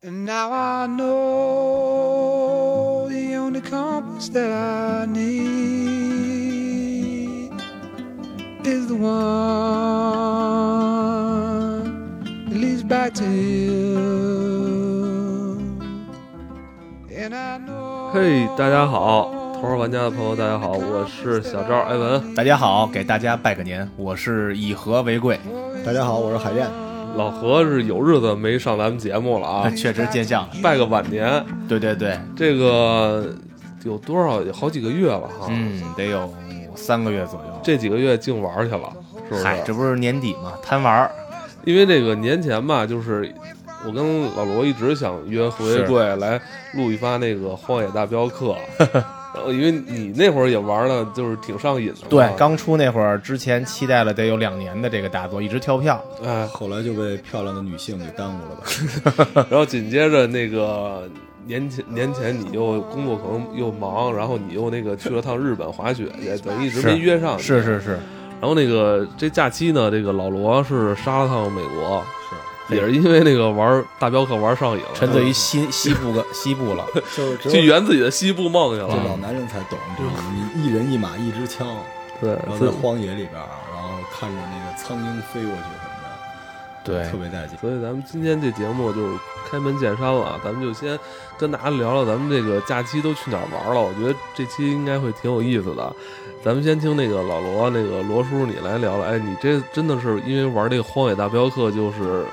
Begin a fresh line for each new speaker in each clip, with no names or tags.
And now I know the only compass that I need is the one that leads back to you. And I know.
嘿大家好，头号玩家的朋友，大家好，我是小赵艾文。
大家好，给大家拜个年，我是以和为贵，，
大家好，我是海燕。
老何是有日子没上咱们节目了啊
哎确实见相了。
拜个晚年。
对对对，
这个有多少？有好几个月了哈。
嗯，得有三个月左右。
这几个月净玩去了，是不
嗨，这
是？
不是年底嘛，贪玩儿。
因为这个年前吧，就是我跟老罗一直想约何为贵来录一发那个《荒野大镖 客》呃，因为你那会儿也玩的，就是挺上瘾的嘛。
对，刚出那会儿之前期待了得有两年的这个大作，一直跳票。
哎，
后来就被漂亮的女性给耽误了吧？
然后紧接着那个年前年前你又工作可能又忙，然后你又那个去了趟日本滑雪去，等于一直
是
没约上。
是是是，
然后那个这假期呢，这个老罗是杀了趟美国，
是
也是因为那个玩大镖客玩上瘾了，
沉醉于 西西部个西部了。
就是只
去
有
圆自己的西部梦去
这老
了。
男人才懂，这种你一人一马一支 枪，
对，
然后
所
在
以
荒野里边儿，然后看着那个苍鹰飞过去什
对
么的，特别带劲。
所以咱们今天这节目就是开门见山了啊，咱们就先跟大家聊聊咱们这个假期都去哪儿玩了。我觉得这期应该会挺有意思的。咱们先听那个老罗，那个罗叔你来聊聊。哎，你这真的是因为玩这个《荒野大镖客》就是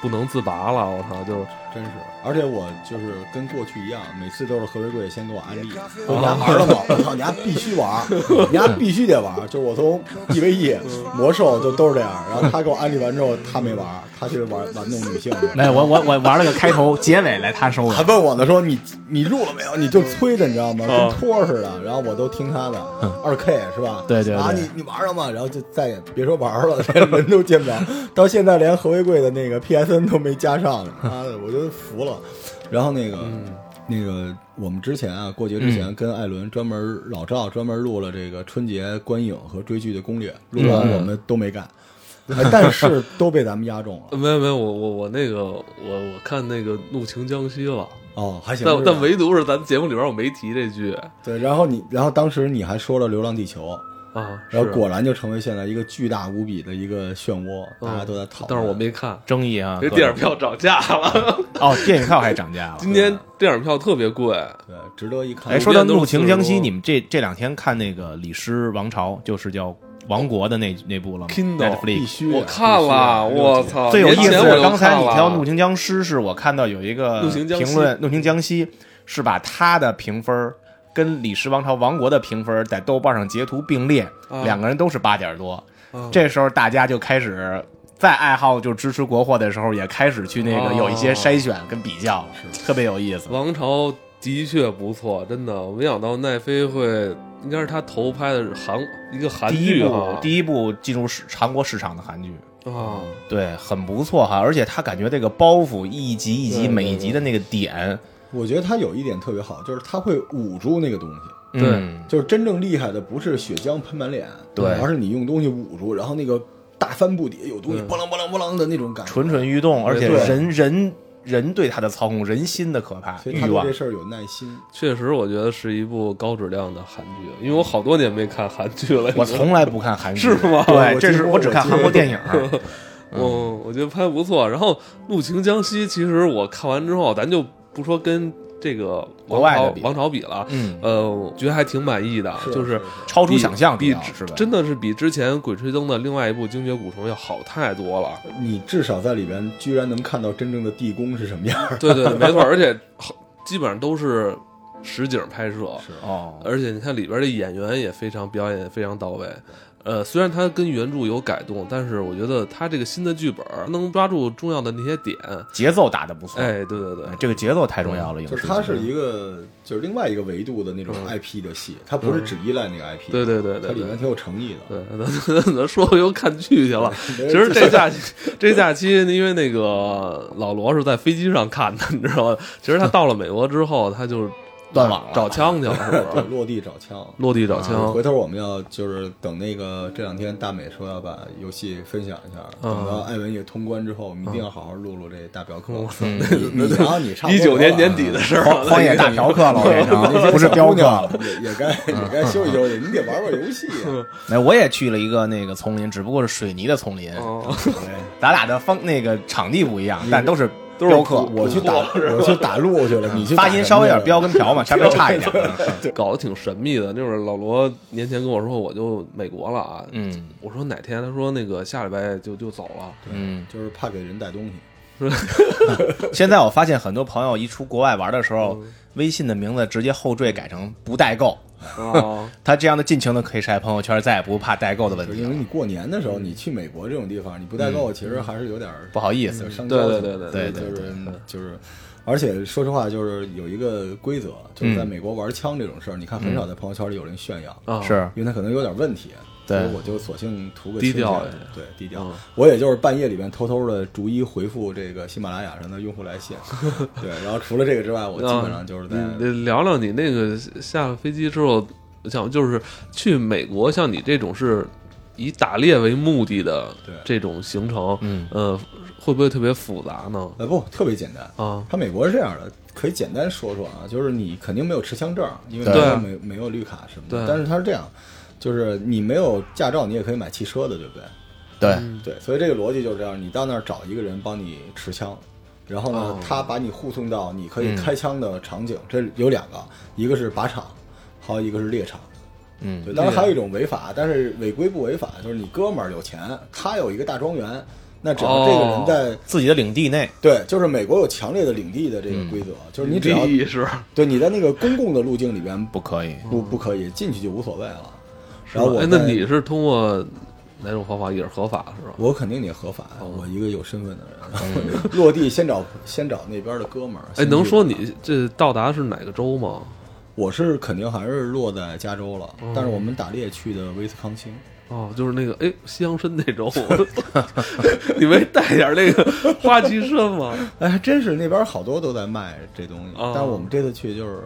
不能自拔了，我操！就是
真是，而且我就是跟过去一样，每次都是何为贵先给我安利，我
啊
说你玩了 吗？我操，你丫必须玩， 你丫必须得玩。就是我从 EVE 魔兽就都是这样，然后他给我安利完之后，他没玩，他去玩玩弄女性去了。
没哎有，我我我玩了个开头，结尾来他收
还
尾。
问我呢，说你你录了没有？你就催的，你知道吗？
啊
嗯
跟托似的。然后我都听他的，二 K 是吧？
对对对
啊，你你玩了吗？然后就再也别说玩了，连人都见不着。到现在连何为贵的那个 PSN 都没加上，妈的，我就服了。然后那个。
嗯
那个，我们之前啊，过节之前跟艾伦专门老赵专门录了这个春节观影和追剧的攻略，
嗯
录完我们都没干，哎但是都被咱们压中 了。
没有没有，我我我那个我我看那个《怒晴江西》了，
哦，还行。
但
是吧
但唯独是咱们节目里边我没提这句
对，然后你，然后当时你还说了《流浪地球》，
啊。
然后
是
果然就成为现在一个巨大无比的一个漩涡，大家都在讨论。
嗯但是我没看，
争议啊，
这
各
电影
种
票涨价了，
哦，电影票还涨价了。
今天电影票特别贵。
对，值得一看。
哎，说到《怒
普
晴
遍
江
都是
西
四十》，多
你们这这两天看那个《李师王朝》，就是叫《王国》的那那部了吗
Kindle，
必
Netflix
须
我看了，我！操！
最有意
哦年
思
前我
的是，
就
刚才
看
你
了
挑《怒晴僵尸》，是我看到有一个
怒晴江西
评论，《怒晴江西》是把他的评分儿跟《李氏王朝王国》的评分儿在豆瓣上截图并列，
啊
两个人都是八点多。
啊
这时候大家就开始在爱好就支持国货的时候，也开始去那
哦
个有一些筛选跟比较，特别有意思。
王朝的确不错，真的，我没想到奈飞会，应该是他头拍的韩一个韩
第一
剧
部
哈，
第一部进入市韩国市场的韩剧。
啊，
对，很不错哈，而且他感觉这个包袱一集一
对
集，
对
每一集的那个点，
我觉得它有一点特别好，就是它会捂住那个东西。
对
嗯，
就是真正厉害的不是血浆喷满脸，
对
而是你用东西捂住，然后那个大帆布底下有东西
对
波浪波浪波浪的那种感觉。
蠢蠢欲动，而且
对
人人人对他的操控，人心的可怕
所以
欲
他对
望
这。事儿有耐心。
确实我觉得是一部高质量的韩剧，因为我好多年没看韩剧了，
我从来不看韩剧，
是吗
对，
我
这是
听说
我只看
我听说
韩国电影。
嗯，我觉得拍得不错。然后《怒晴江西》，其实我看完之后，咱就不说跟这个
国
王
外的
朝
比
王朝比了，
嗯，
呃，我觉得还挺满意的，就是是
超出
比
想象
比
主要是吧
真的是比之前《鬼吹灯》的另外一部《精绝古虫》要好太多 了。
你至少在里边居然能看到真正的地宫是什么样儿。
对对，没错，而且好基本上都是实景拍摄，
哦，
而且你看里边的演员也非常表演也非常到位。呃，虽然它跟原著有改动，但是我觉得它这个新的剧本能抓住重要的那些点。
节奏打得不错，
哎，对对对，
这个节奏太重要了，影
嗯就
视
是
剧
它是一个，就是另外一个维度的那种 IP 的戏，它不是只依赖那个 IP，
嗯对对对对
它里面挺有诚意的。
对，咱咱咱说又看剧去 了。
没
其
人
实这假期， 这假期因为那个老罗是在飞机上看的，你知道吗？其实他到了美国之后，他就
断网了，
找枪去了是吧？
对，落地找枪。
落地找
啊
枪
回，头我们要就是等那个这两天大美说要把游戏分享一下，
嗯
等到艾文也通关之后，我们一定要好好录录这大镖客。你然后你差不
嗯
多
一九年年底
了啊
的事儿
荒
了，
荒野大嫖客了，我变 成不是镖
姑
客
娘
了。
也也该
嗯
也该休息休息，你得玩玩游戏啊。
哎，我也去了一个那个丛林，只不过是水泥的丛林。
哦
对咱俩的方那个场地不一样，但都是
都是
镖客。
我去打
是吧
我去打鹿去了，你去打
发音稍微有点
什么
标跟瓢嘛，稍微差一点。
搞得挺神秘的。那会儿老罗年前跟我说，我就美国了啊。
嗯
我说哪天？他说那个下礼拜就就走了。
嗯，
去，就是怕给人带东西。
现在我发现很多朋友一出国外玩的时候，微信的名字直接后缀改成不代购，
啊，
他这样的尽情的可以晒朋友圈，再也不怕代购的问
就是
题
因为
了。
你过年的时候，你去美国这种地方，你不代购，其实还是有点儿嗯
不好意思
有，商
对
交
对
情
对
对
就
对
是嗯就是，而且说实话，就是有一个规则，就是在
嗯
美国玩枪这种事儿，你看很少在朋友圈里有人炫耀，
啊
是
因为他可能有点问题，
对
所以我就索性图个
低
清闲
调一
对低调
嗯。
我也就是半夜里面偷偷的逐一回复这个喜马拉雅上的用户来信，对，然后除了这个之外，我基本上就是在
啊你你聊聊你那个下了飞机之后，想就是去美国，像你这种是以打猎为目的的
对
这种行程，
嗯
呃，会不会特别复杂呢？
呃不特别简单
啊，
它美国是这样的，可以简单说说啊，就是你肯定没有持枪证，因为
对
它没没有绿卡什么的。
啊对啊
但是它是这样，就是你没有驾照，你也可以买汽车的，对不对？
对，
对，所以这个逻辑就是这样，你到那儿找一个人帮你持枪。然后呢，
哦
他把你护送到你可以
嗯
开枪的场景，这有两个，一个是靶场，还有一个是猎场。
嗯
对，当然还有一种违法，但是违规不违法，就是你哥们儿有钱，他有一个大庄园，那只要这个人
哦
在、
自己的领地内，
对，就是美国有强烈的领地的这个规则，就是你只要
利益是
对你在那个公共的路径里边
不可以。
不不可以进去就无所谓了。
是
然后
吧？
我
哎，那
在
你是通过哪种方法也是合法是吧？
我肯定得合法，
哦
我一个有身份的人，然后落地先找先找那边的哥们儿。
哎，
先
能
去
说
找
你这到达是哪个州吗？
我是肯定还是落在加州了，但是我们打猎去的威斯康星。
哦，就是那个哎，西洋参那 州，你没带点那个花旗参吗？
哎，还真是那边好多都在卖这东西，
哦
但是我们这次去就是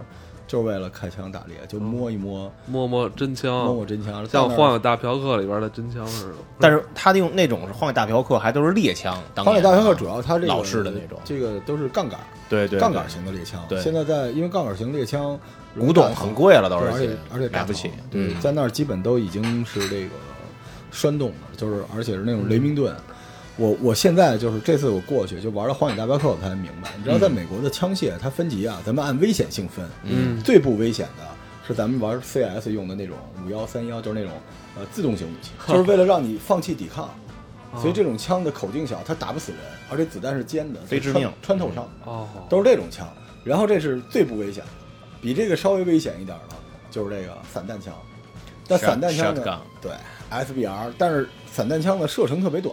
就是为了开枪打猎，就摸一摸、
摸摸真枪，
摸摸真枪，
像
到那
《
儿
荒野大嫖客》里边的真枪似的。
但是他用那种是荒野大嫖客，还都是猎枪。当
嗯荒野
年
大镖
啊
客主要它这个
老式的那种
这个都是杠杆，
对对
杠杆型的猎枪。
对
现在在因为杠杆型猎枪
古董很贵了，都
对
是
而且而且
买
大
不
厂
起。嗯
对，在那儿基本都已经是这个栓动了，就是而且是那
嗯
种雷明顿。我我现在就是这次我过去就玩了《荒野大镖客》，我才明白，你知
嗯
道在美国的枪械它分级啊，咱们按危险性分，
嗯
最不危险的是咱们玩 CS 用的那种五幺三幺，就是那种呃自动型武器，就是为了让你放弃抵抗。
哦
所以这种枪的口径小，它打不死人，而且子弹是尖的，
非致
就穿
命
穿透伤，
哦，
都是这种枪。然后这是最不危险的，比这个稍微危险一点的就是这个散弹枪。但
Shot-
散弹枪呢
shotgun，
对 SBR，但是散弹枪的射程特别短，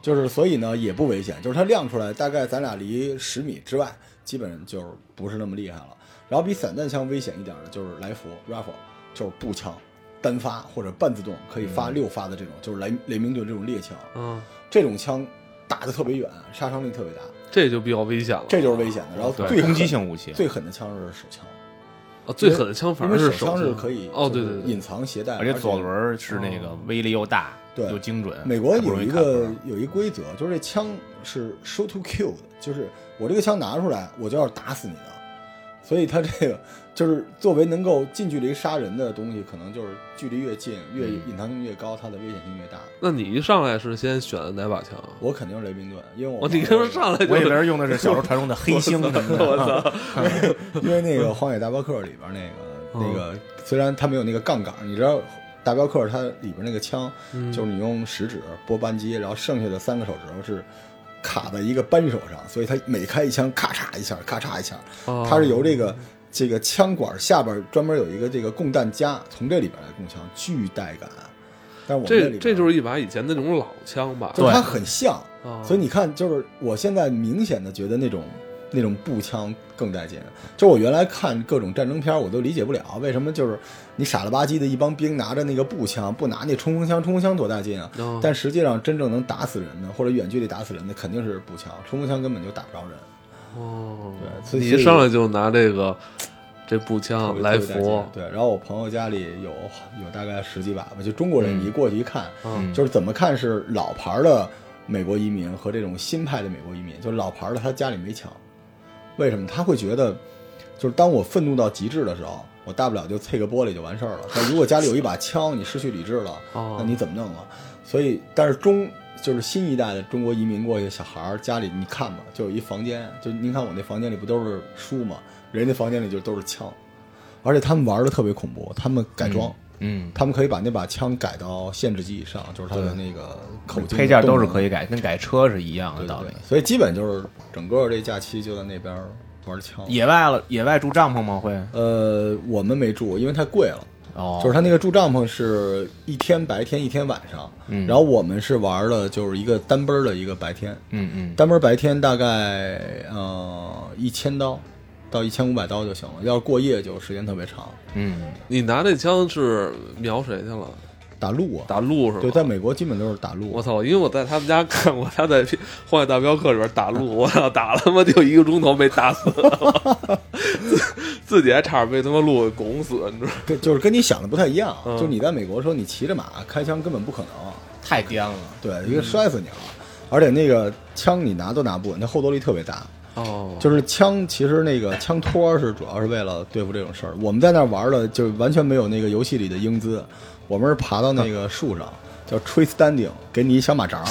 就是所以呢也不危险，就是它亮出来大概咱俩离十米之外，基本就是不是那么厉害了。然后比散弹枪危险一点的就是来福 rifle，就是步枪，单发或者半自动可以
嗯
发六发的这种，就是雷雷明顿这种猎枪，
嗯，
这种枪打得特别远，杀伤力特别大，
这就比较危险了。
这就是危险的。然后
哦对
最
攻击
狠
性武器，
最狠的枪是手枪，
啊，最狠的枪反
因
而
为
是
手枪是可以
哦，对
就是
对对
隐，藏携带，
而且左轮儿是那个威力又大，
嗯对
又精准。
美国
还不
有
容易
一
看
个
分儿
有一规则，就是这枪是 shoot to kill 的，就是我这个枪拿出来，我就要打死你的。所以它这个就是作为能够近距离杀人的东西，可能就是距离越近，越
嗯
隐藏性越高，它的危险性越大。
那你一上来是先选的哪把枪啊？
我肯定是雷明顿，因为我
哦，你跟他上来就
我以为是用的是小时候传说中的黑星什么的。
因为那个《荒野大镖客》里边那个
嗯
那个，虽然它没有那个杠杆，你知道大镖客它里边那个枪，
嗯
就是你用食指拨扳机，然后剩下的三个手指头是卡在一个扳手上，所以它每开一枪，咔嚓一下，咔嚓一下，
哦
它是由这个这个枪管下边专门有一个这个供弹夹，从这里边来供枪，巨带感。但是我们
这
里边
这就是一把以前那种老枪吧？
就是它
对
很像，
哦
所以你看，就是我现在明显的觉得那种那种步枪更带劲。就我原来看各种战争片儿，我都理解不了为什么就是你傻了吧唧的一帮兵拿着那个步枪，不拿那冲锋枪，冲锋枪多带劲啊！
哦
但实际上真正能打死人的，或者远距离打死人的，肯定是步枪，冲锋枪根本就打不着人。
哦，
对，所以
你一上来就拿这个这步枪
特别
来
特别带劲
福，
对，然后我朋友家里有有大概十几把吧，就中国人你一过去一看，
嗯
就是怎么看是老牌儿的美国移民和这种新派的美国移民，就是老牌儿的他家里没抢，为什么？他会觉得，就是当我愤怒到极致的时候，我大不了就碎个玻璃就完事儿 了。但如果家里有一把枪，你失去理智了，
哦
那你怎么弄啊？所以，但是中就是新一代的中国移民过去的小孩儿家里，你看吧，就有一房间，就您看我那房间里不都是书吗？人家房间里就都是枪，而且他们玩的特别恐怖，他们改装。
嗯，
他们可以把那把枪改到限制级以上，就是它的那个口径
配件都是可
以
以改，跟改车是一样的
对
道理
对。。所以基本就是整个这假期就在那边玩枪。
野外了，野外住帐篷吗？会
呃，我们没住，因为太贵了。
哦，
就是他那个住帐篷是一天白天一天晚上，
嗯
然后我们是玩的就是一个单奔儿的一个白天，
嗯嗯
单奔儿白天大概呃一千刀到一千五百刀就行了，要是过夜就时间特别长。
嗯，
你拿那枪是瞄谁去了？
打鹿啊，
打鹿是吧？
对，在美国基本都是打鹿。
我操！因为我在他们家看过他在《荒野大镖客》里边打鹿，我操，打了他妈就一个钟头没打死， 自自己还差点被他妈鹿给拱死，你知道吗？
跟就是跟你想的不太一样，
嗯
就是你在美国的时候，你骑着马开枪根本不可能，
太颠了。
对，一个摔死你了，而且那个枪你拿都拿不稳，它后坐力特别大。
哦，
就是枪，其实那个枪托儿是主要是为了对付这种事儿。我们在那儿玩的就完全没有那个游戏里的英姿，我们是爬到那个树上，叫 tree standing，给你一小马扎儿，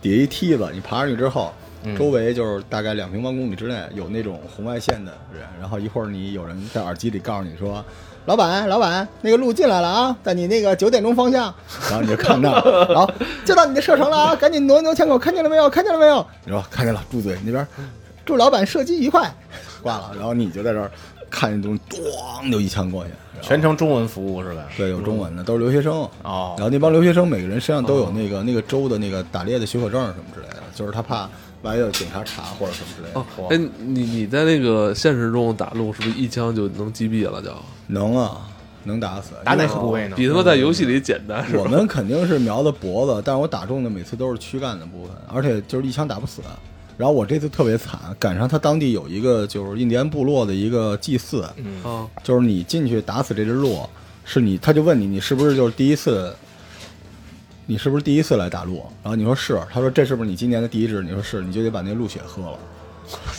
底下一梯子，你爬上去之后，周围就是大概两平方公里之内有那种红外线的人，然后一会儿你有人在耳机里告诉你说。老板，老板，那个路进来了啊，在你那个九点钟方向，然后你就看那儿，然后就到你的射程了啊，赶紧挪一挪枪口，看见了没有？看见了没有？你说看见了，住嘴，你那边祝老板射击愉快，挂了。然后你就在这儿看那东西，咣就一枪过去。然后
全程中文服务是吧？
对，有中文的，都是留学生。
哦
然后那帮留学生每个人身上都有那个那个州的那个打猎的许可证什么之类的，就是他怕万一有警察查或者什么之类的。
哦，哎，你你在那个现实中打鹿是不是一枪就能击毙了就？
能啊，能打死。
打哪
因为
个部位呢？
比他妈在游戏里简单是
我
吧？
们肯定是瞄的脖子，但是我打中的每次都是躯干的部分，而且就是一枪打不死。然后我这次特别惨，赶上他当地有一个就是印第安部落的一个祭祀，
啊，
就是你进去打死这只鹿，是你他就问你你是不是就是第一次，你是不是第一次来打鹿？然后你说是，他说这是不是你今年的第一只？你说是，你就得把那鹿血喝了，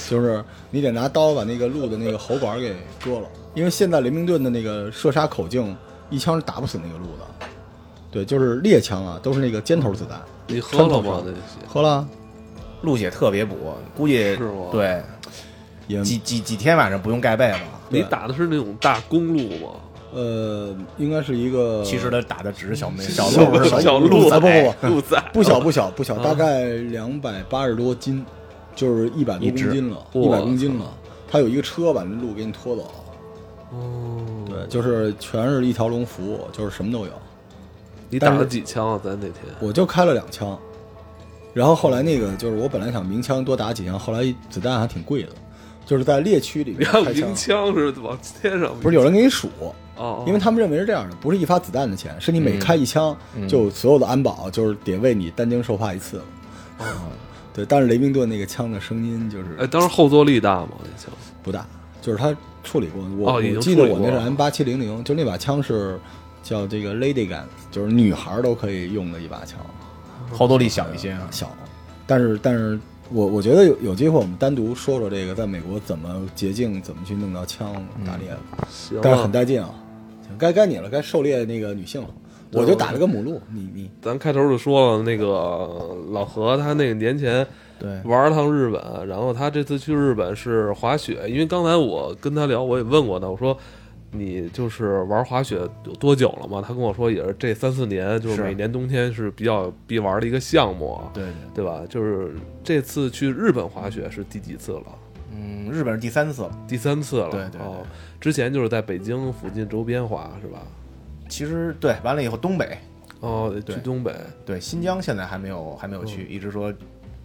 就是你得拿刀把那个鹿的那个喉管给割了，因为现在雷明顿的那个射杀口径一枪是打不死那个鹿的，对，就是猎枪啊，都是那个尖头子弹，
你喝了
穿透
吗
手？
那些
喝了
鹿血特别补，估计
是吗
对
也
几几几天晚上不用盖被了。
你
对
打的是那种大公鹿 吗？
呃，应该是一个
其实他打的只是小妹小
小
鹿是吧，
小
鹿
鹿
啊不不不，
鹿仔，
不小不小不小，大概两百八十多斤，就是一百多
一
公
只
斤了，一
哇
百公斤了。他有一个车把那鹿给你拖走，
哦，
对，就是全是一条龙服务，就是什么都有。
你打
但
了
是
几枪啊？咱那天
我就开了两枪，然后后来那个就是我本来想鸣枪多打几枪，后来子弹还挺贵的，就是在猎区里
你
面
看
开
鸣
枪，
枪是往天上鸣，
不是有人给你数，
哦，哦
因为他们认为是这样的，不是一发子弹的钱，是你每开一枪，
嗯
就所有的安保就是得为你担惊受怕一次。对，但是雷明顿那个枪的声音就是
哎，当时后坐力大吗？那枪
不大，就是他处理过。我、
哦已经
我记得
处理
我
过
那是
了
M 八七零零，就那把枪是叫这个 Lady Gun，就是女孩儿都可以用的一把枪，
后坐力小一些啊。
小。但是但是我我觉得有有机会我们单独说说这个在美国怎么捷径怎么去弄到枪打猎，
嗯行
但是很
啊，
带劲啊。行该该你了，该狩猎那个女性了。
对
我就
我
打了个母鹿，你你
咱开头就说了，那个老何他那个年前
对，
玩了趟日本，然后他这次去日本是滑雪，因为刚才我跟他聊，我也问过他，我说你就是玩滑雪有多久了嘛？他跟我说也是这三四年，就是
是
每年冬天是比较必玩的一个项目，
对对，
对吧？就是这次去日本滑雪是第几次了？
嗯，日本是第三次了。
第三次了，
对对对
哦，之前就是在北京附近周边滑是吧？
其实对，完了以后东北，
哦，得
对
去东北。
对新疆现在还没有还没有
嗯
去，一直说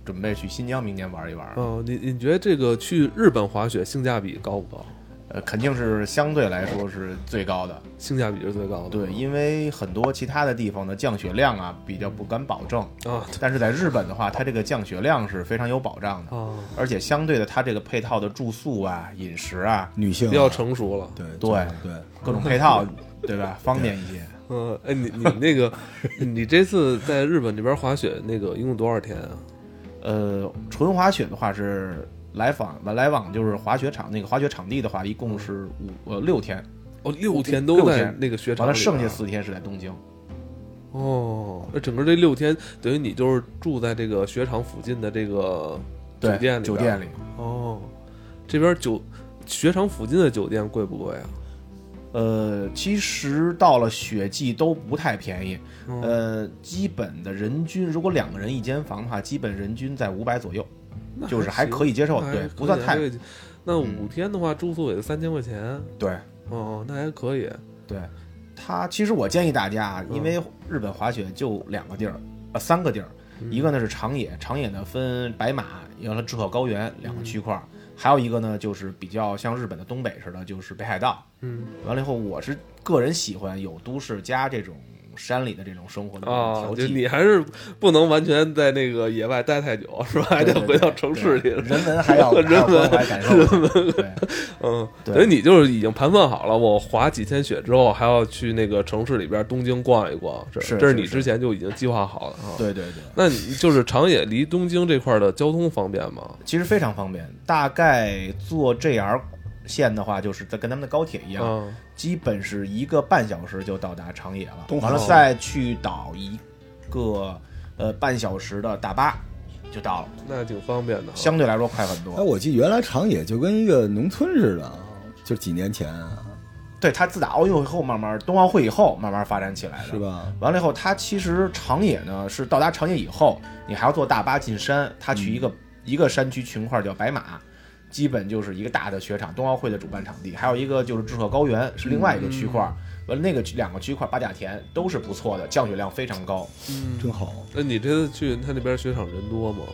准备去新疆明年玩一玩。
哦，你你觉得这个去日本滑雪性价比高不高？
呃，肯定是相对来说是最高的。
性价比是最高的。
对，因为很多其他的地方的降雪量啊比较不敢保证，
啊
但是在日本的话，它这个降雪量是非常有保障的，
啊，
而且相对的，它这个配套的住宿啊、饮食啊，
女性
比较成熟了。
对
嗯对
对，
各种配套，对吧？方便一些。
嗯，哎，你你那个，你这次在日本这边滑雪，那个一共多少天啊？
呃，纯滑雪的话是来访来往就是滑雪场那个滑雪场地的话，一共
嗯
是五呃六天，
哦，六天
六
都在
天
那个雪场
完
里
了
边啊，
剩下四天是在东京。
哦，那整个这六天等于你就是住在这个雪场附近的这个酒
对，
店里边
酒店里，
哦，这边酒雪场附近的酒店贵不贵啊？
呃，其实到了雪季都不太便宜，
嗯
呃，基本的人均，如果两个人一间房的话，基本人均在五百左右，就是还可
以
以接受，对，不算太
贵。那
嗯
五天的话，住宿也就三千块钱，
对
哦，那还可以。
对。他其实我建议大家啊，因
嗯
为日本滑雪就两个地儿，呃，三个地儿，
嗯
一个呢是长野，长野呢分白马，完了志贺高原两个
嗯
区块儿，还有一个呢就是比较像日本的东北似的，就是北海道。
嗯，
完了以后，我是个人喜欢有都市加这种山里的这种生活的这种
哦
调，
就
剂。
你还是不能完全在那个野外待太久，是吧？还得回到城市
对
里。
人文还要
人文
还要关怀感受，对
嗯，
对
等于你就是已经盘算好了，我滑几天雪之后还要去那个城市里边东京逛一逛，这
是
这是
是
你之前就已经计划好了啊。
对对对，
那你就是长野离东京这块儿的交通方便吗？
其实非常方便。大概坐 JR 线的话，就是在跟他们的高铁一样，
嗯，
基本是一个半小时就到达长野了
东，海
完了
道
再去倒一个呃半小时的大巴就到了，
那挺方便的哈。
相对来说快很
哎，
多。
我记得原来长野就跟一个农村似的，啊就几年前啊
对，它自打奥运会后慢慢，冬奥会以后慢慢发展起来的，
是？吧？
完了以后，它其实长野呢是到达长野以后，你还要坐大巴进山，它去
嗯
一个、一个山区群块叫白马，基本就是一个大的雪场，冬奥会的主办场地，还有一个就是志贺高原是另外一个区
嗯
块。完了，那个区两个区块八甲田都是不错的，降雪量非常高，
真好，
那你这次去他那边雪场人多吗？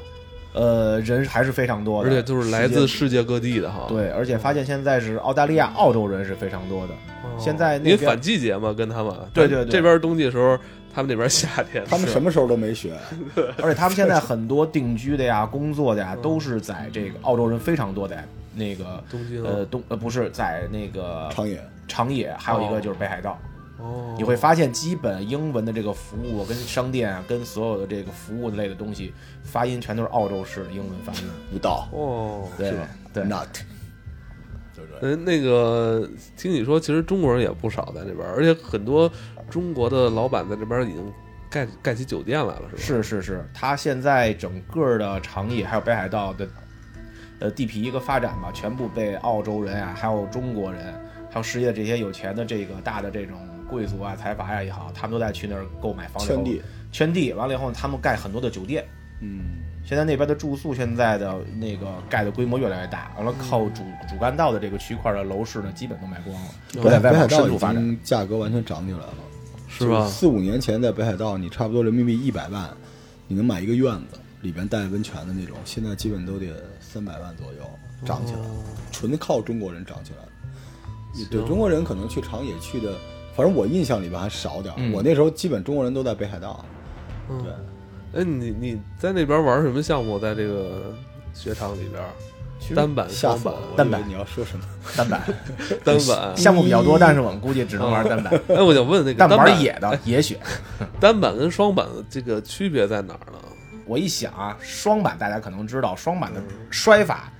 呃，人还是非常多的，
而且就是来自
时间
世界各地的哈。
对，而且发现现在是澳大利亚、澳洲人是非常多的，
哦，
现在
因为
那边
反季节嘛，跟他们
对对对
这边冬季的时候，他们那边夏天。
他们什么时候都没学，
而且他们现在很多定居的呀、工作的
嗯
呀，都是在这个澳洲人非常多的那个
东京
呃东呃不是在那个
长野
长野，还有一个就是北海道。
哦，
你会发现，基本英文的这个服务跟商店啊，跟所有的这个服务类的东西，发音全都是澳洲式的英文发音，
不到
哦，
对
是吧
对，
，not，就这样。
嗯，那个听你说，其实中国人也不少在这边，而且很多中国的老板在这边已经盖盖起酒店来了，是吧？
是是是，它现在整个的长野还有北海道的，呃地皮一个发展吧，全部被澳洲人啊，还有中国人，还有世界这些有钱的这个大的这种贵族啊、财阀呀、也好，他们都在去那儿购买房
圈地，，
圈地完了以后，他们盖很多的酒店。
嗯，
现在那边的住宿，现在的那个盖的规模越来越大，完了
嗯
靠主主干道的这个区块的楼市呢，基本都卖光了，都在
嗯北
外
海
往深
道
处
已
发展。
经价格完全涨起来了，
是吧？
四五年前在北海道，你差不多人民币一百万，你能买一个院子，里边带温泉的那种，现在基本都得三百万左右，涨起来了，纯靠中国人涨起来了。对
行
中国人可能去长野去的，反正我印象里边还少点儿。
嗯
我那时候基本中国人都在北海道，
嗯
对，
哎，你你在那边玩什么项目？在这个雪场里边，单板、
吓
双
死
板
我、了！
单板
我以为你要说什么？
单 板
单板。
项目比较多，但是我们估计只能玩单 板，
哎，我想问那个
但
单板
玩野 的野雪。
单板跟双板的这个区别在哪儿呢？
我一想啊，双板大家可能知道，双板的摔法，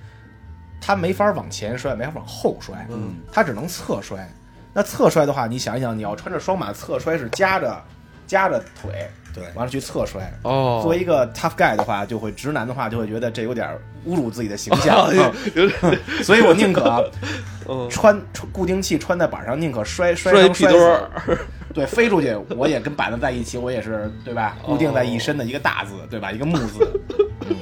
它没法往前摔，没法往后摔，
嗯，
它只能侧摔。那侧摔的话，你想一想，你要穿着双板侧摔是夹着夹着腿，
对
完了去侧摔。
哦，
作为一个 tough guy 的话，就会直男的话，就会觉得这有点侮辱自己的形象，
哦
嗯
有点
所以我宁可啊
嗯
穿穿固定器穿在板上，宁可摔摔
摔
成
屁
摔
墩
死，
儿，
对，飞出去我也跟板子在一起，我也是对吧？固定在一身的一个大字，对吧？一个木字，嗯，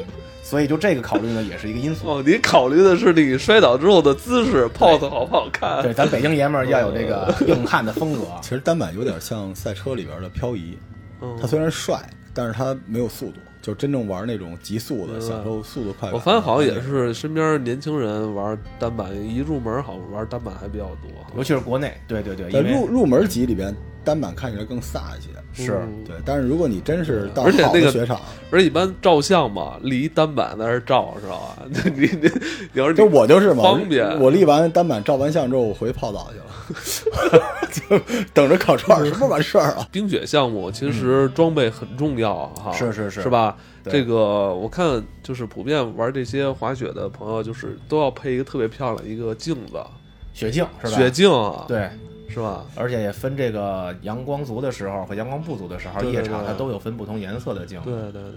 所以就这个考虑呢，也是一个因素。
哦，你考虑的是你摔倒之后的姿势，pose 好不好看？
对，咱北京爷们儿要有这个硬汉的风格，
其实单板有点像赛车里边的漂移，
嗯，
它虽然帅，但是它没有速度，就真正玩那种极速的，
嗯
享受速度快感。
我发现好像也是身边年轻人玩单板，一入门好像玩单板还比较多。
尤其是国内，对对对，
在
因
入
为
入门级里边，单板看起来更飒一些。
是
嗯
对，但是如果你真是到
而且
好
那
的
个
雪场，
而一般照相嘛，离单板在那儿照是吧？ 你你你要是
就我就是嘛，
方便
我立完单板照完相之后，我回去泡澡去了， 就等着烤串儿，什么完事儿啊？
冰雪项目其实装备很重要啊哈，
是是是
是吧？
对
这个我看就是普遍玩这些滑雪的朋友，就是都要配一个特别漂亮一个镜子，
雪镜是吧？
雪镜啊，，
对，
是吧？
而且也分这个阳光足的时候和阳光不足的时候，
对对
夜
对
场它都有分不同颜色的镜。
对对对，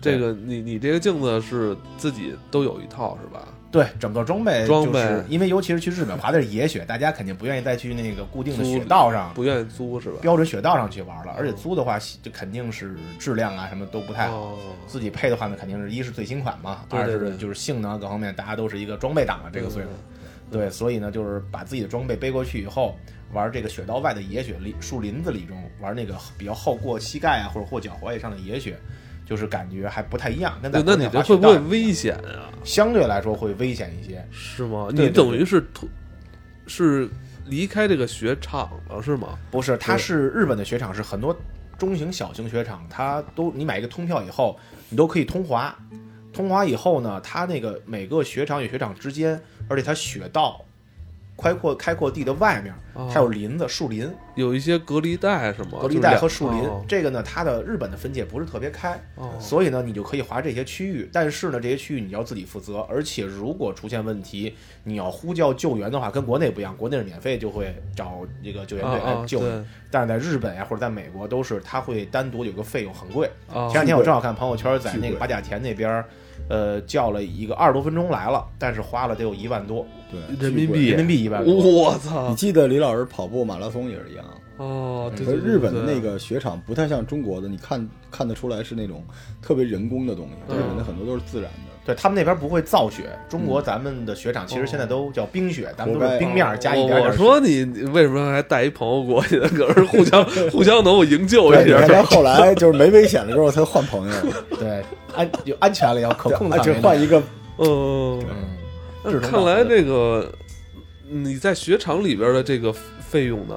这个你你这个镜子是自己都有一套是吧？
对，整个装备
装备
就是因为尤其是去日本滑的是野雪，大家肯定不愿意再去那个固定的雪道上、
不愿意租是吧？
标准雪道上去玩
哦
了，而且租的话就肯定是质量啊什么都不太好。
哦，
自己配的话呢，肯定是一是最新款嘛，
对对
二
对嗯
是就是性能各方面，大家都是一个装备党啊了这个岁数。对，所以呢，就是把自己的装备背过去以后，玩这个雪道外的野雪里树林子里中玩那个比较厚过膝盖啊或者过脚踝以上的野雪，就是感觉还不太一样。跟在
对，那你
国内
这会
滑雪
不会
道
危险啊？
相对来说会危险一些？
是吗？
对
你
对
等于是突是离开这个雪场了是吗？
不是，它是日本的雪场，是很多中型、小型雪场，它都你买一个通票以后，你都可以通滑。通滑以后呢，它那个每个雪场与雪场之间，而且它雪道开阔开阔地的外面
哦，
它有林子、树林、
有一些隔离带是吗？
隔离带和
啊就是
树林
两哦。
这个呢，它的日本的分界不是特别开，
哦
所以呢，你就可以划这些区域，但是呢，这些区域你要自己负责，而且如果出现问题，你要呼叫救援的话，跟国内不一样，国内是免费就会找这个救援队
啊啊
来救你，
对
但是在日本呀、或者在美国都是，它会单独有个费用，很贵。
啊
前两天我正好看朋友圈，在那
巨
个
贵
八甲田那边儿，呃，叫了一个二十多分钟来了，但是花了得有一万多
对，
人民币，
人民币一万多。
我操
你！记得李老师跑步马拉松也是一样，
哦，对
和
对，
日本的
的
那个雪场不太像中国的，你看看得出来是那种特别人工的东西，
嗯
日本的很多都是自然的。
对他们那边不会造雪，中
嗯
国咱们的雪场其实现在都叫冰雪，咱们都
活
是
该
冰面儿加一点
我
点
我
雪。
说你你为什么还带一朋友过去 呢？搁这儿互 相互相能够营救一
你
下
看，他后来就是没危险了之后，他换朋 友，
对，安有安全了要可控的
啊
范
就
围内
换一个
嗯，
嗯，
那
志同
看
道
来
合的
这个你在雪场里边的这个费用呢，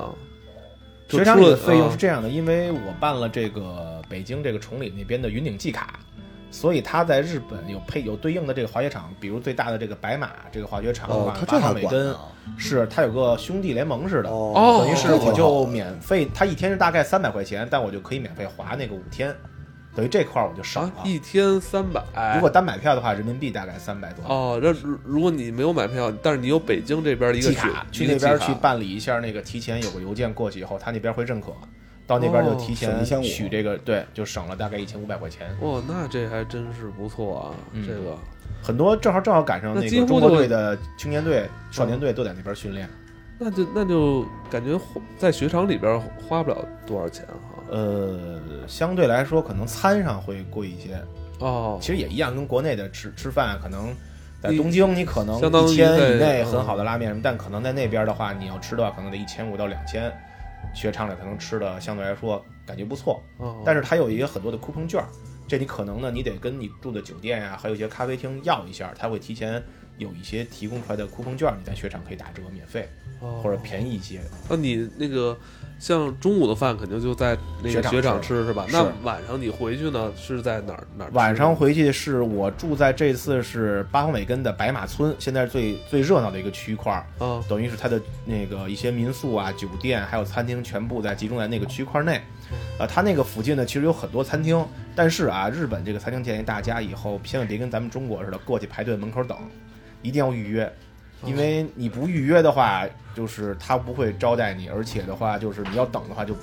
就
雪场
除
里
了
的费用
啊
是这样的，因为我办了这个北京这个崇礼那边的云顶季卡，所以它在日本有配有对应的这个滑雪场，比如最大的这个白马这个滑雪场
哦
的，
他
话，
这
马
还
上美
管
根
呢
是它有个兄弟联盟似的，
哦
等于是
这挺
我就
好
免费，它一天是大概三百块钱，但我就可以免费滑那个五天，等于这块儿我就省
啊
了。
一天三百，
如果单买票的话，人民币大概三百多。
哦，那如如果你没有买票，但是你有北京这边的一个
季
雪
卡，去
一个
那边
季
去
卡
办理一下那个提前有个邮件过去以后，他那边会认可，到那边就提
哦省
前
一千五
取这个，对，就省了大概一千五百块钱。
哇，那这还真是不错啊！
嗯
这个
很多正好正好赶上
那
个
几乎
中国
就
队的青年队、少年队都在那边训练。
那就那就感觉花在雪场里边花不了多少钱哈、嗯
呃，相对来说可能餐上会贵一些，
哦，
其实也一样，跟国内的吃吃饭可能。在
你
东京，你可能
相当于
一千
在
以内很好的拉面什么，但可能在那边的话，你要吃的话，可能得一千五到两千。雪场里可能吃的相对来说感觉不错，
哦
但是它有一个很多的 coupon 券儿，这你可能呢，你得跟你住的酒店呀、还有一些咖啡厅要一下儿，它会提前有一些提供出来的 coupon 券儿，你在雪场可以打折免费
哦
或者便宜一些。
那你那个像中午的饭肯定就在那
雪
个
场
雪场
吃
吃是吧？
是
那晚上你回去呢是在哪儿哪儿吃呢？
晚上回去是我住在这次是八方尾根的白马村，现在最最热闹的一个区块儿，
啊
等于是它的那个一些民宿啊、酒店还有餐厅全部在集中在那个区块内。
嗯
呃，它那个附近呢，其实有很多餐厅，但是啊，日本这个餐厅建议大家以后千万别跟咱们中国似的过去排队门口等，一定要预约，因为你不预约的话，就是他不会招待你，而且的话就是你要等的话就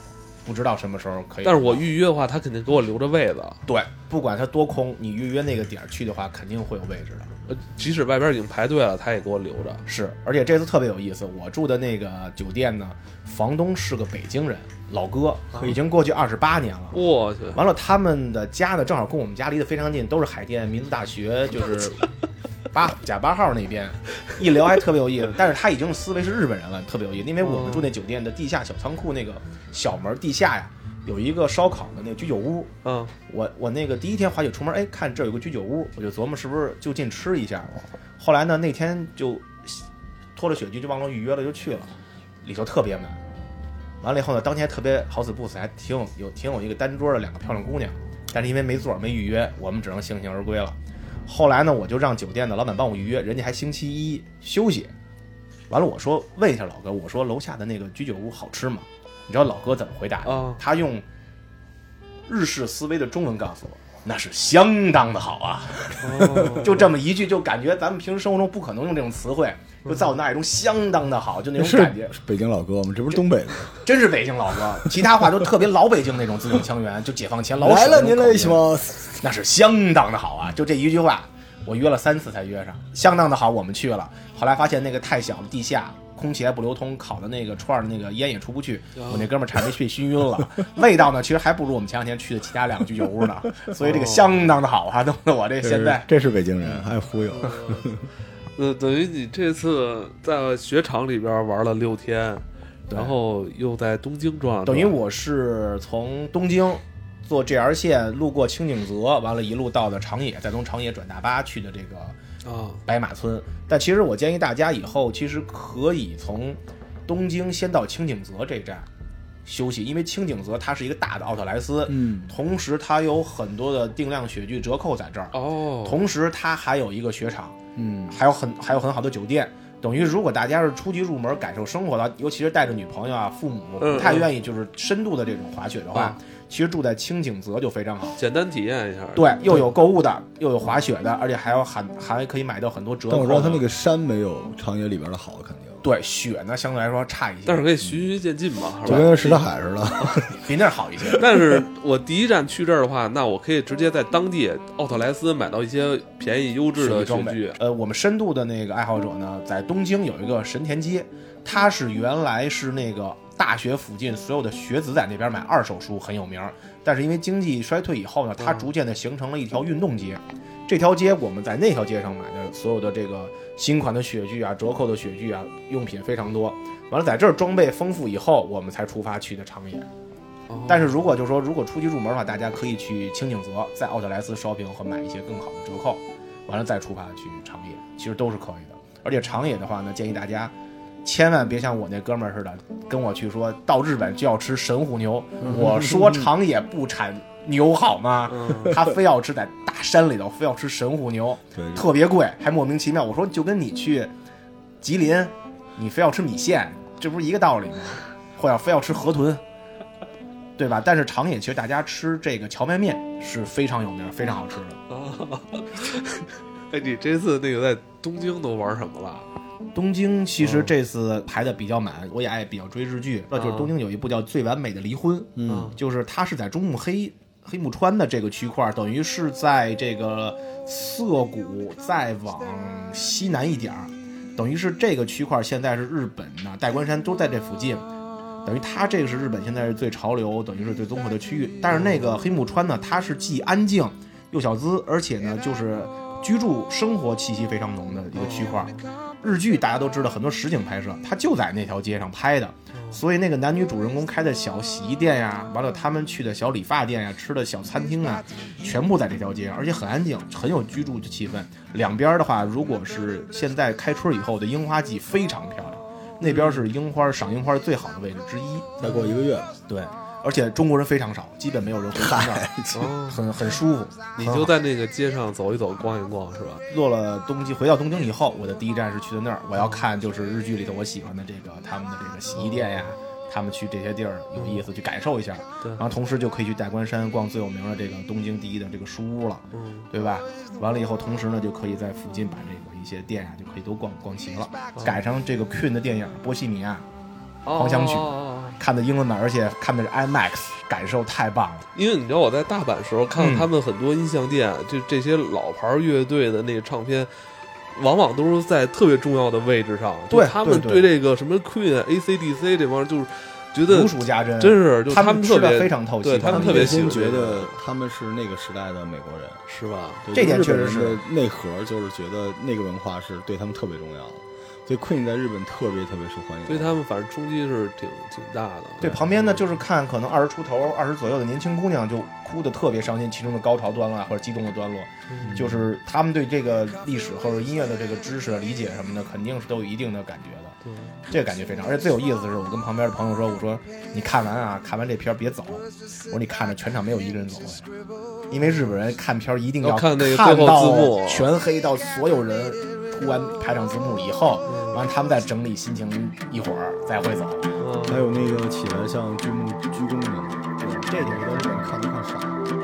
不知道什么时候可以。
但是我预约的话，他肯定给我留着位子，
对，不管它多空，你预约那个点儿去的话，肯定会有位置的。
呃即使外边已经排队了，他也给我留着。
是，而且这次特别有意思。我住的那个酒店呢，房东是个北京人，老哥，已经过去二十八年了。
我去，
完了，他们的家呢，正好跟我们家离得非常近，都是海淀民族大学，就是 八甲八号那边。一聊还特别有意思，但是他已经思维是日本人了，特别有意思。因为我们住那酒店的地下小仓库那个小门儿地下呀，有一个烧烤的那个居酒屋，
啊，
我我那个第一天滑雪出门，哎，看这儿有个居酒屋，我就琢磨是不是就近吃一下。后来呢，那天就脱了雪具就忘了预约了，就去了，里头特别满。完了以后呢，当天特别好死不死，还挺有有挺有一个单桌的两个漂亮姑娘，但是因为没座儿没预约，我们只能悻悻而归了。后来呢，我就让酒店的老板帮我预约，人家还星期一休息。完了，我说问一下老哥，我说楼下的那个居酒屋好吃吗？你知道老哥怎么回答的？
啊
他用日式思维的中文告诉我，那是相当的好啊！
哦
就这么一句，就感觉咱们平时生活中不可能用这种词汇，就在我脑海中相当的好，就那种
是
感觉，
是北京老哥吗？这不是东北的。
真是北京老哥。其他话都特别老北京那种字正腔圆，就解放前老舍
来
那
了，
种
您
口
来
音
一吗？
那是相当的好啊！就这一句话，我约了三次才约上，相当的好，我们去了。后来发现那个太小了，地下空气还不流通，烤的那个串儿的那个烟也出不去，我那哥们儿差点被熏晕了。味道呢，其实还不如我们前两天去的其他两个居酒屋呢，所以这个相当的好啊，弄得我这现在
这是北京人，还忽 悠。
呃，等于你这次在雪场里边玩了六天，然后又在东京转了转，
等于我是从东京坐 JR 线路过清景泽，完了一路到的长野，再从长野转大巴去的这个
啊，
白马村。但其实我建议大家以后其实可以从东京先到清景泽这站休息，因为清景泽它是一个大的奥特莱斯，
嗯，
同时它有很多的定量雪具折扣在这儿，
哦，
同时它还有一个雪场，
嗯，
还有很还有很好的酒店。等于如果大家是初级入门感受生活的，尤其是带着女朋友啊、父母
嗯
不太愿意就是深度的这种滑雪的话，其实住在清景泽就非常好。
简单体验一下，
对，又有购物的，又有滑雪的，而且还有还还可以买到很多折扣
但
的。
我知道他那个山没有长野里边的好，肯定。
对雪呢，相对来说差一些，
但是可以循序渐进嘛，是
就
吧？
跟石大海似的，
比那儿好一些。
但是我第一站去这儿的话，那我可以直接在当地奥特莱斯买到一些便宜优质
雪
的
具装
雪
备
具，，
呃，我们深度的那个爱好者呢，在东京有一个神田街，它是原来是那个大学附近所有的学子在那边买二手书很有名儿，但是因为经济衰退以后呢，它逐渐的形成了一条运动街。这条街我们在那条街上买的所有的这个新款的雪具啊、折扣的雪具啊，用品非常多。完了，在这儿装备丰富以后，我们才出发去的长野。
哦
但是如果就说如果初级入门的话，大家可以去清景泽，在奥特莱斯 shopping 和买一些更好的折扣，完了再出发去长野，其实都是可以的。而且长野的话呢，建议大家千万别像我那哥们儿似的，跟我去说到日本就要吃神户牛，我说长野不产牛好吗？
嗯，
他非要吃在大山里头，非要吃神户牛，
对，
特别贵，还莫名其妙。我说就跟你去吉林，你非要吃米线，这不是一个道理吗？或者非要吃河豚，对吧？但是长野其实大家吃这个荞麦面是非常有名、非常好吃的。
哦哎，你这次那个在东京都玩什么了？
东京其实这次排的比较满，我也爱比较追日剧，那就是东京有一部叫《最完美的离婚》，
嗯，
就是它是在中目黑黑木川的这个区块，等于是在这个涩谷再往西南一点儿，等于是这个区块现在是日本呐，代官山都在这附近。等于它这个是日本现在是最潮流，等于是最综合的区域。但是那个黑木川呢，它是既安静又小资，而且呢就是居住生活气息非常浓的一个区块。日剧大家都知道，很多实景拍摄，它就在那条街上拍的，
嗯
所以那个男女主人公开的小洗衣店呀，完了他们去的小理发店呀，吃的小餐厅啊，全部在这条街，而且很安静，很有居住的气氛。两边的话，如果是现在开春以后的樱花季，非常漂亮。那边是樱花赏樱花最好的位置之一，
嗯
再过一个月，
对，而且中国人非常少，基本没有人会去那儿，
哦，
很很舒服。
你就在那个街上走一走、逛一逛，是吧？
落了东京，回到东京以后，我的第一站是去的那儿，我要看就是日剧里头我喜欢的这个他们的这个洗衣店呀，啊他们去这些地儿有意思，去感受一下。
对
然后同时就可以去代官山逛最有名的这个东京第一的这个书屋了，
嗯，
对吧？完了以后，同时呢就可以在附近把这个一些店啊就可以都逛逛齐了。赶上这个 Queen 的电影《波西米亚狂想曲
哦哦哦哦》，
看的英文版，而且看的是 IMAX，感受太棒了。
因为你知道我在大阪的时候
嗯
看到他们很多音像店，就这些老牌乐队的那个唱片，往往都是在特别重要的位置上。就
对
他们
对对
这个什么 Queen 啊、AC/DC 这帮人就是觉得
如数家珍，
真是就
他
他们特
吃的
别
非常透
对
析，
他们特别喜
心
欢
觉得他们是那个时代的美国人，
是吧？
嗯
对
这点确实
日本人的内核就是觉得那个文化是对他们特别重要的。所以 Queen 在日本特别特别受欢迎。
所以他们反正冲击是挺挺大的。
对，旁边呢就是看可能二十出头、二十左右的年轻姑娘就哭得特别伤心，其中的高潮段落啊或者激动的段落，就是他们对这个历史或者音乐的这个知识理解什么的，肯定是都有一定的感觉的。
对
这个感觉非常，而且最有意思的是，我跟旁边的朋友说，我说你看完啊，看完这片儿别走，我说你看着全场没有一个人走的，因为日本人看片儿一定
要看
看
那个
看
最
到
后字幕
全黑到所有人突然排上字幕以后，完了他们再整理心情一会儿再会走。
嗯
还有那个起来像剧目鞠躬一样，这点在日本看都看傻了。